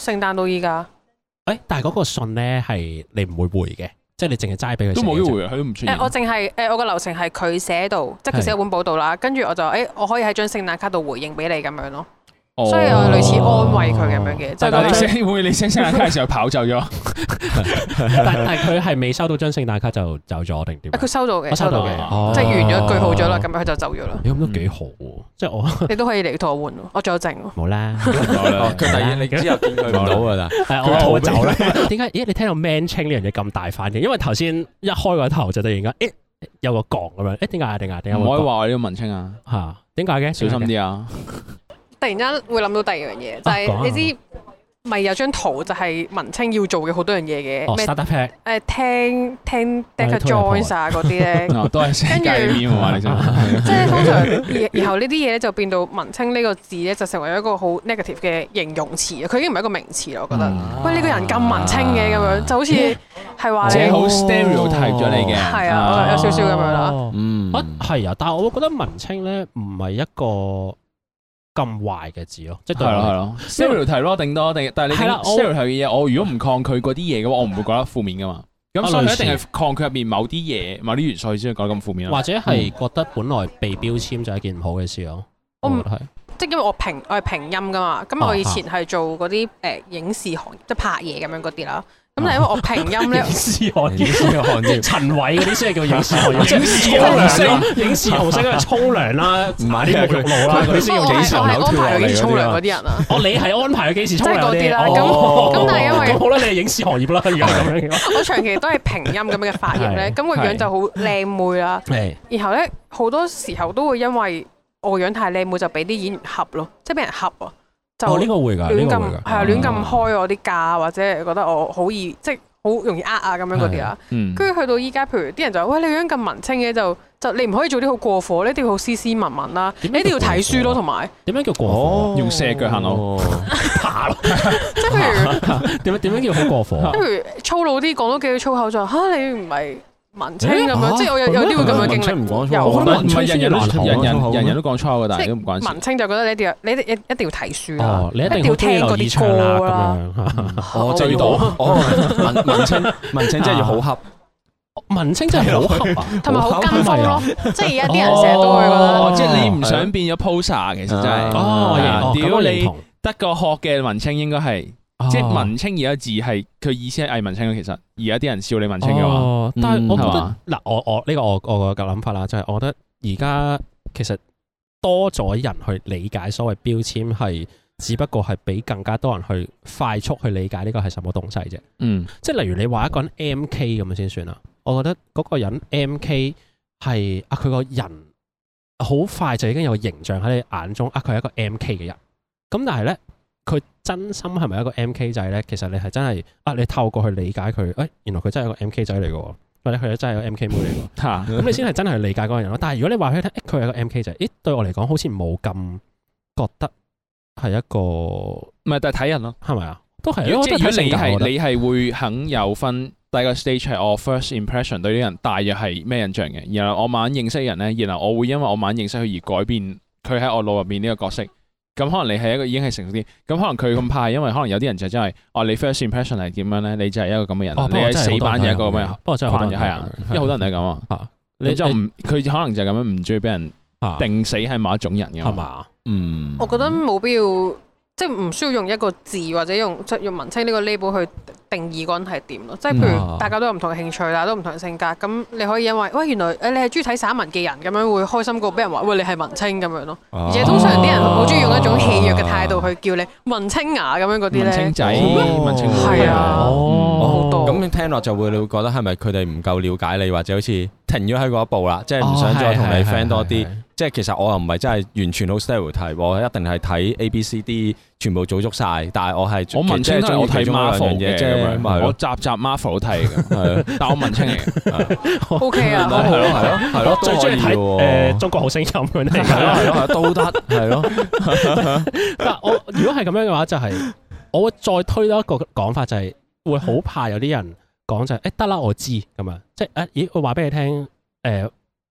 聖誕到依家。
誒，但係嗰個信咧係你唔會回嘅，即係你淨係齋俾佢
都
寫
冇啊
嘅啫
機會，佢都唔出現
誒，。我淨係誒，我個流程係佢寫到，即係佢寫一本報道啦，跟住我就誒，我可以喺張聖誕卡度回應俾你咁樣咯，
哦
所以我類似安慰佢咁樣嘅，即係
[laughs] 但係你
覺得
聲會唔會你聲聲下卡嘅時候跑走咗，
但但係佢係未收到張聖誕卡就走咗定點啊？
誒哎佢收到
我
嘅，
收到嘅，
嘅，
哦
即係完咗句號咗啦，咁。樣佢就走咗啦。
咦咁都幾好喎，即係我
你都可以嚟同我換喎，我仲有剩喎。
冇啦，
哦佢第二日你之後見佢唔到㗎啦，
係
佢
我
逃
我
避
走啦。 [laughs] 點解？咦，你聽到 man 清呢樣嘢咁大反應？因為頭先一開個頭就突然間，誒有個降咁樣，誒點解啊？點解啊？點解
唔
會
可以
降
話我呢個文青啊，
嚇？點解嘅？
小心啲啊！
突然間會諗到第二樣嘢，就
啊講
係
啊
你知咪有張圖就係文青要做嘅好多樣嘢
哦
嘅，咩
，startup pack
誒聽聽 d e c a
推入
Joyce 啊嗰
[laughs]
啲咧，
哦都係世界面喎，你真係
即係通常，然然後呢啲嘢咧就變到文青呢個字咧就成為一個好 negative 嘅形容詞啊！佢已經唔係一個名詞啦，我覺得。
嗯
喂，呢個人咁文青嘅
啊
咁樣，就好似係話
即係
你
好 stereotype 咗你嘅，
哦係
哦
啊有少少咁樣啦
嗯，
啊，哦係啊，但係我覺得文青咧唔係一個咁壞嘅字咯，即係
係
對我
咯
嚟
係咯，stereotype 咯，頂多定，但係你
係啦我
stereotype 嘅嘢，我如果唔抗拒嗰啲嘢嘅話，我唔會覺得負面噶嘛。咁
啊
所以佢
類
一
似
定係抗拒入面某啲嘢、某啲元素佢先會覺得咁負面啦啊
或。者係覺得本來被標籤就係一件唔好嘅事咯。哦
我唔
覺得係
即係因為我平我係平音噶嘛，咁我
啊
以前係做嗰啲誒影視行業，即係拍嘢咁樣嗰啲啦。咁
哦
但係因
[laughs]
為我平音咧
影，視行業，行業，陳偉嗰啲先係叫影視行業，即係
影視
沖
豪
涼
星
啦，影視豪星喺度沖涼啦，買啲沐浴露啦，嗰啲先
我
叫影視
係
行
我
業
係安排佢幾時沖涼嗰
啊
啲人啊。
哦，你係安排佢幾時沖涼
即係嗰啲啦
哦
咁
哦
咁但係因為
咁好啦，你係影視行業啦，如果係咁樣嘅話，
[laughs] 我長期都係平音咁樣嘅髮型咧，
係
咁個樣就好靚妹啦。
係
然後咧好多時候都會因為我個樣太靚妹，就俾啲演員恰咯，即係俾人恰啊，就
哦呢
亂
個會㗎，呢個會
咁
㗎哦
係啊亂咁開我啲價，或者係覺得我好易即係好容易呃啊咁樣嗰啲啦。
嗯，
跟住去到依家，譬如啲人就話：喂，你樣咁文青嘅，就就你唔可以做啲好過火，你一定要好斯斯文文啦，你
點樣
一定要睇書
叫過火
咯，
啊
同埋
點樣叫過火啊？
用射腳行路，
哦
爬咯，
即係
[laughs]
譬
點樣
如
點樣叫好 [laughs] 過火啊？
譬如粗魯啲講多幾句粗口就話嚇你唔係文青咁
欸
樣，即係我有
嚇
有啲會咁樣經
文青
歷。
唔講粗口
有
我覺
啊
得唔係人
吹
人都
風
人
機難
人
行
人人都講粗口嘅，但係都唔關
文
事。
青就覺得你一定要你一定一定要睇書啦
哦，，你一定
要
好中意
聽嗰
留意
啲
唱啦
歌啊啦。
咁樣。啊
哦，即係要
我
好哦，文文 [laughs] 青文青真係要好恰，
文青真係好合啊！
同埋好跟風咯， [laughs] 即係而家啲人成日都會覺
哦，
得
即係你唔想變咗 poser，其實真係。
哦，我認
啊
哦咁
屌
我
你
認同，
德國學嘅文青應該係，即係
哦
文青而家字係佢意思係偽文青咯。其實而家啲人笑你文青嘅話，
哦但係我覺
嗯係
得
嘛
嗱，我我呢個我我嘅諗法啦，就係我覺得而家其實多咗人去理解所謂標籤係，只不過係俾更加多人去快速去理解呢個係什麼東西啫。
嗯，
即係例如你話一個人 M K 咁樣先算啦，我覺得嗰個人 M K 係啊，佢個人好快就已經有個形象喺你眼中啊，佢係一個 M K 嘅人。咁但係咧，佢真心係咪一個 M K 仔咧？其實你係真係啊，你透過去理解佢，誒、原來佢真係一個 M K 仔嚟嘅喎，或者佢真係一個 M K 妹嚟嘅喎。 [laughs]
嚇， [laughs]
咁你先係真係理解嗰個人咯。但係如果你話俾佢聽，誒佢係一個 M K 仔，咦對我嚟講好似冇咁覺得係一個
唔係，但係睇人咯。
係咪啊？都係，我
如果
覺
即
得
係如
睇性格我
果
覺得
你係你係會肯有分第一個 stage 係我 first impression 對呢個人大約係咩印象嘅，然後我慢慢認識嘅人咧，然後我會因為我慢慢認識佢而改變佢喺我腦入面呢個角色。咁可能你係一個已經係成熟啲，咁可能佢咁怕，因為可能有啲人就真係哦，你 first impression 係點樣咧？你就係一個咁嘅人，
哦，
你
不過
係
真係
死
好多
板嘅
人
一個咁嘅
係咁
人
樣，不過真係
可
好多人
能係啊，因為好多人都係咁啊。
你
你就
就唔
唔佢可能就係咁樣唔中意俾人
定啊
定死係某一種人嘅
係。嘛？
嗯，
我覺得冇必要，即係唔需要用一個字或者用即係用文青呢個 label 去定義嗰個人係點咯。即係譬
嗯
哦
如大家都有唔同嘅興趣啦，都唔同嘅性格，咁你可以因為喂原來誒呃你係中意睇散文嘅人，咁樣會開心過俾人話喂你係文青咁樣咯。
哦
哦
而且通常啲人好中意用一種戲謔嘅態度去叫你文青牙咁樣嗰啲
文青
咧，
仔，
哦
文青女
係啊
哦
好多
咁你聽落就會你會覺得係咪佢哋唔夠了解你，或者好似停咗喺嗰一步啦，哦即係
哦
唔想再同你 friend 多啲。即係其實我又唔係真係完全好 stereotype，我一定係睇 A、B、C、D 全部組足晒，但係我係
我文青
即
都係我睇
其中一兩樣
Marvel 嘅
嘢
咁
啫，咪
樣，
係
我
咯，
集集 Marvel 都睇 [laughs] 嘅，啊
係
但我文青嚟嘅，
O K
[laughs]
啊，
咯，係咯，係咯，係咯，
我最中意睇誒《中國好聲音》嗰
係
啲。
咯，係咯，都得，係咯，
[laughs] 但我如果係咁樣嘅話，就 [laughs] 係我會再推多一個講法，就係會好怕有啲人講就係誒得啦，我知咁啊，即係誒咦，我話俾你聽誒，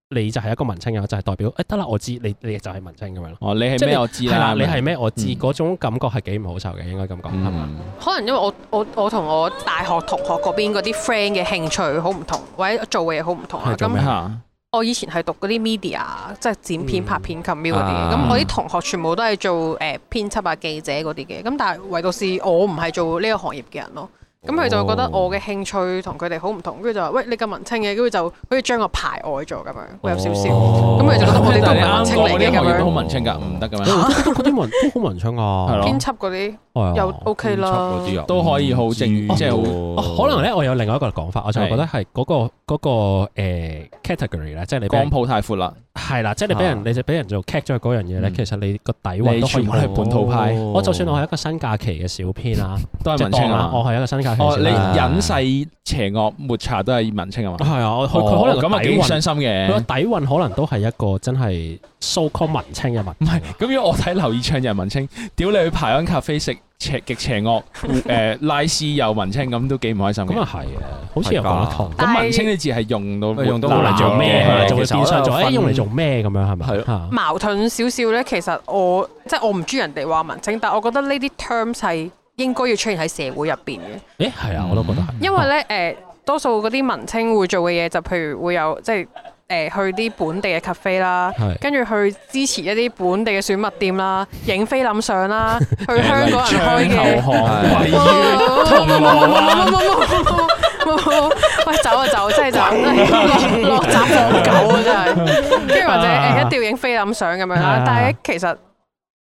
你就係一個文青嘅話，就係代表誒得啦，我知你你就係文青咁樣咯。
[laughs] 哦，你係
即係
咩
你
我知
係
啦，
啦，你係咩？我知
嗯
嗰種感覺係幾唔好受嘅，應該咁講係嘛？
嗯，
可能因為我我我同我大學同學嗰邊嗰啲 friend 嘅興趣好唔同，或者做嘅嘢好唔同啊
係。做
咁
咩
嚇？
我以前係讀嗰啲 media，即啊係剪片、
嗯
拍片、咁 mail 嗰啲。
啊
咁我啲同學全部都係做誒、呃、編輯啊、記者嗰啲嘅。咁但係唯獨是我唔係做呢個行業嘅人咯。咁佢就會覺得我嘅興趣同佢哋好唔同，跟住就話：喂，你咁文青嘅，跟住就好似將我排外咗咁樣，會有少少。
哦
咁佢就覺得我哋都唔係文
啱
青
講
嚟
嗰
嘅
啲行
咁
業都好
樣。
文青㗎，唔得㗎
因為
嘛，
嗰啲文都好文青啊，哦
係咯
編輯嗰啲
咯
又 OK 啦。
都可
嗯
以好正即係好
哦，可能咧，我有另外一個講法，我就
係
覺得係嗰、個嗰、個、呃 category 咧，即係你俾
光
人
譜太闊啦，
係啦，即係你俾
啊
人，你就俾人做 catch 咗嗰樣嘢咧，
嗯
其實你個底位都可以
你全部係
好
本土派
我就算我係一個新假期嘅小編啊，
都係
即係
文青
當啦
啊，
我係一個新假期嘅
哦，
小
你
編
啊
隱世邪惡抹茶都係文青啊嘛？
係啊，我佢佢可
哦
能
咁
咁
啊
啊
幾
底
傷
運，
心
佢個
嘅。
底運可能都係一個真係 so called 文青嘅文
唔
青
係
啊，，
咁如果我睇劉以唱人文青，屌你去排安咖啡食邪極邪惡，誒拉絲又文青，咁都幾唔開心嘅
咁啊係啊，好似又講得通。
但
咁
係
文青呢字係啊用到
用到
嗱
好
嚟
難
做咩？係啦
嘅
就會
其實我
變相
都有
咗，誒
分
用嚟做咩咁樣係咪？
係咯
啊
矛盾少少咧，其實我即係我唔中意人哋話文青，但我覺得呢啲 terms 係應該要出現喺社會入邊嘅，
誒係啊，我都覺得
嗯
係。
因為咧誒、多數嗰啲文青會做嘅嘢就譬如會有即係誒、去啲本地嘅 cafe 啦
係，
跟住去支持一啲本地嘅選物店啦，影菲林相啦，去
[laughs]
嗯香港人開嘅。
巷
係
哇冇冇冇冇冇冇冇冇冇喂走 [laughs] 啊走，真係走，落落閘放狗啊真係，跟住或者誒一定要影菲林相咁樣啦
啊。
但係其實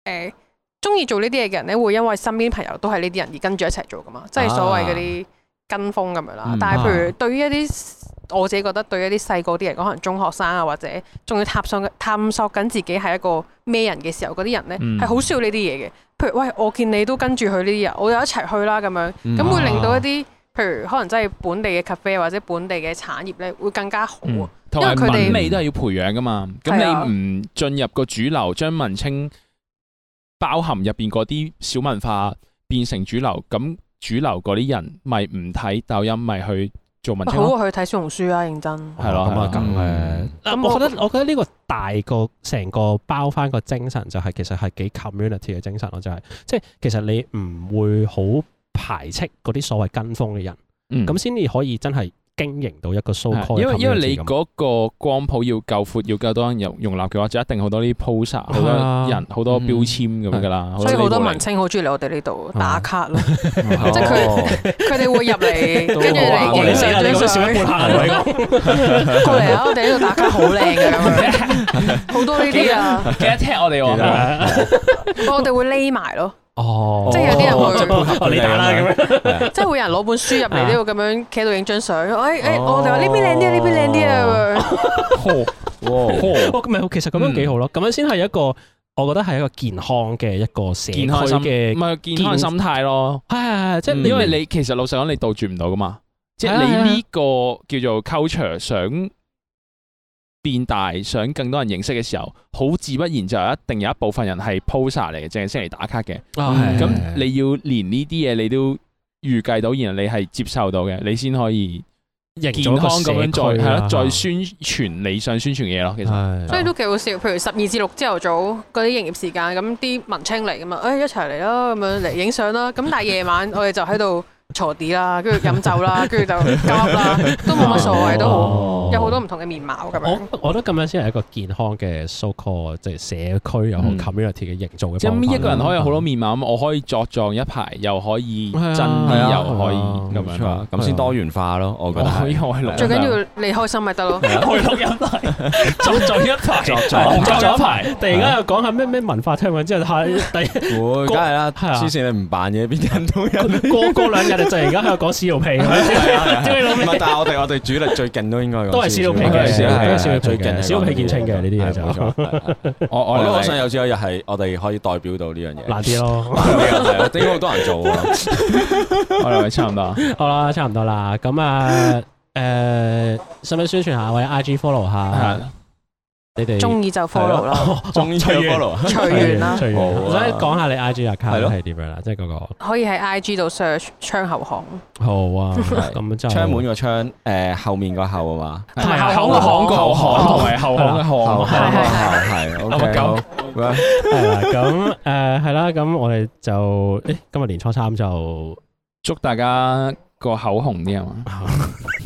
誒中意做呢啲嘢嘅人咧，會因為身邊朋友都係呢啲人而跟住一齊做噶嘛，即係所謂嗰啲跟風咁樣啦
嗯。
但係譬如對於一啲我自己覺得對於一啲細個啲嚟講，可能中學生啊，或者仲要探索探索緊自己係一個咩人嘅時候，嗰啲人咧
嗯
係好需要呢啲嘢嘅。譬如喂，我見你都跟住佢呢啲人，我又一齊去啦咁樣，
嗯
咁會令到一啲譬如可能真係本地嘅 cafe 或者本地嘅產業咧，會更加好啊。
嗯同埋
因為佢哋
文味都係要培養噶嘛。
係啊
咁你唔進入個主流，將文青包含入邊嗰啲小文化變成主流，咁主流嗰啲人咪唔睇抖音，咪去做文青
好
咯。
過去睇小紅書啊，認真。
係咯
咁啊
係咯
梗
嗯
係。
咁
我覺
我
得我覺得呢個大個成個包翻個精神就係其實係幾 community 嘅精神咯，就係即係其實你唔會好排斥嗰啲所謂跟風嘅人，
嗯
咁先至可以真係經營到一個 so
係
called
因為因為你
community 咁
嗰個光譜要夠闊，要夠多人容容納嘅話，就一定好多呢啲 poster，好多
係啊
人，好多
嗯
標籤咁樣噶啦。
所以好多文
label
青好中意嚟我哋呢度
啊
打卡咯，
係
即係
哦
佢
佢哋會入嚟，
哦都好啊
跟住嚟
哦你
影
死
相
啦
你咁樣笑一。
張相
半下
啊
嚟講，
[laughs] 過嚟啊！我哋呢度打卡好靚嘅咁樣，好多呢啲啊，
嚟記得踢我哋喎。
我哋會匿埋咯，
哦，
即係有啲人會
哦你打啦咁樣，
樣，
即係會有人攞本書入嚟呢度咁樣企喺度影張相，誒誒，我
哦
哋話呢邊靚啲啊，呢邊靚啲啊咁樣，
哇
哦咁咪其實咁
嗯
樣幾好咯，咁樣先係一個我覺得係一個健康嘅一個社
健康心
區嘅
唔係健康心態咯。
係係係，即係
因為你其實老實講，你杜絕唔到噶嘛，即係
係啊係啊
你呢個叫做 culture 想變大，想更多人認識嘅時候，好自不然就一定有一部分人係 poser 嚟嘅，淨係先嚟打卡嘅。
啊
嗯咁你要連呢啲嘢你都預計到，然後你係接受到嘅，你先可以健康咁樣再係
啊
啦，再宣傳你想宣傳嘅嘢咯。其實
係
所以都幾好笑。譬如十二至六朝頭早嗰啲營業時間，咁啲文青嚟噶嘛，誒一齊嚟啦，咁樣嚟影相啦。咁但係夜晚我哋就喺度坐啲啦，跟住飲酒啦，跟住就夾啦，都冇乜所謂，都好
哦
有好多唔同嘅面貌咁樣。
我我覺得咁樣先係一個健康嘅 so call 即係社區又好
嗯
community 嘅營造嘅
即係
方法
咁
啦
一個人可以有好多面貌，咁我可以作狀一排，又可以真
係啊哦
啲，
係啊
又可以
係
咁
冇
樣
錯
咯。
啊咁先多元化咯，我覺得
可以
哦
係。
我係
最緊要你開心咪得咯。
嗯
[laughs]
啊
去錄音台，作作一排，
作狀
作咗一排，
突然間又講下咩咩文化聽聞之後，
[laughs]
下第 [laughs]
會梗係啦，
係啊
黐線你唔扮嘢，邊啲人都有。
過過兩日就突然間喺度講屎尿屁咁
[laughs]
樣，屌你老
唔係
味，
但係我哋我哋主力最勁都應該
啊都係屎尿屁
嘅
都係屎尿屁嘅
最勁
屎尿屁見稱嘅呢啲嘢就
係冇錯係
[laughs]
係
我我
我都
我
好想有朝一日係我哋可以代表到呢樣嘢。 [laughs]
難啲咯。
係啊，應該好多人做喎。
我哋咪差唔多，
好啦，差唔多啦，咁啊誒，使唔使宣傳下或者 IG follow 下
係
你哋？
中意就 follow 啦，
中
[laughs]
意
隨緣
follow 啊
隨緣啦，
隨緣
好啊
我想講下你 IG
係
account
咯
係點樣啦，即係嗰個
可以喺 IG 度 search 窗口巷，
好啊，
係
咁就
窗門個窗，誒後面個後啊嘛。
同埋口巷個巷，同埋後巷嘅
哦
後
巷，
後
係
係係 OK 好。啊喂
係啦，咁诶系啦，咁我哋就诶今日年初三就
祝大家個口紅啲啊嘛，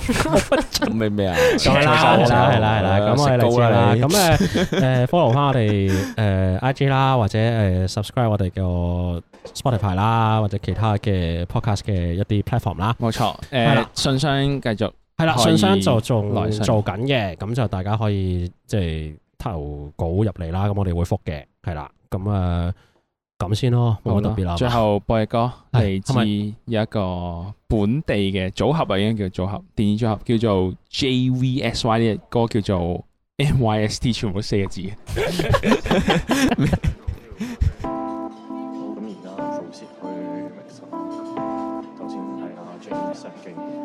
咁咩咩啊？
咁樣啦，係啦，係啦，係啦，咁我哋嚟
食
知
糕
啦，
啦你
咁诶诶 follow 翻我哋诶 IG 啦，或者诶 subscribe 我哋嘅 Spotify 啦，或者其他嘅 podcast 嘅一啲 platform 啦。
冇錯。
係
誒
啦，
信箱繼續
係啦，
可以
信箱就仲
來信
做緊嘅，咁就大家可以即係投稿入嚟啦，咁我哋會覆嘅，係啦，咁啊咁先咯，啊冇乜特別啦。
最後播嘅歌
係
嚟自有一個本地嘅組合啊，已經叫組合電影組合，叫做 JVSY 呢隻歌叫做 M Y S T 全部四個字嘅。
咁而家好似去 mix 頭先睇下 James 神經。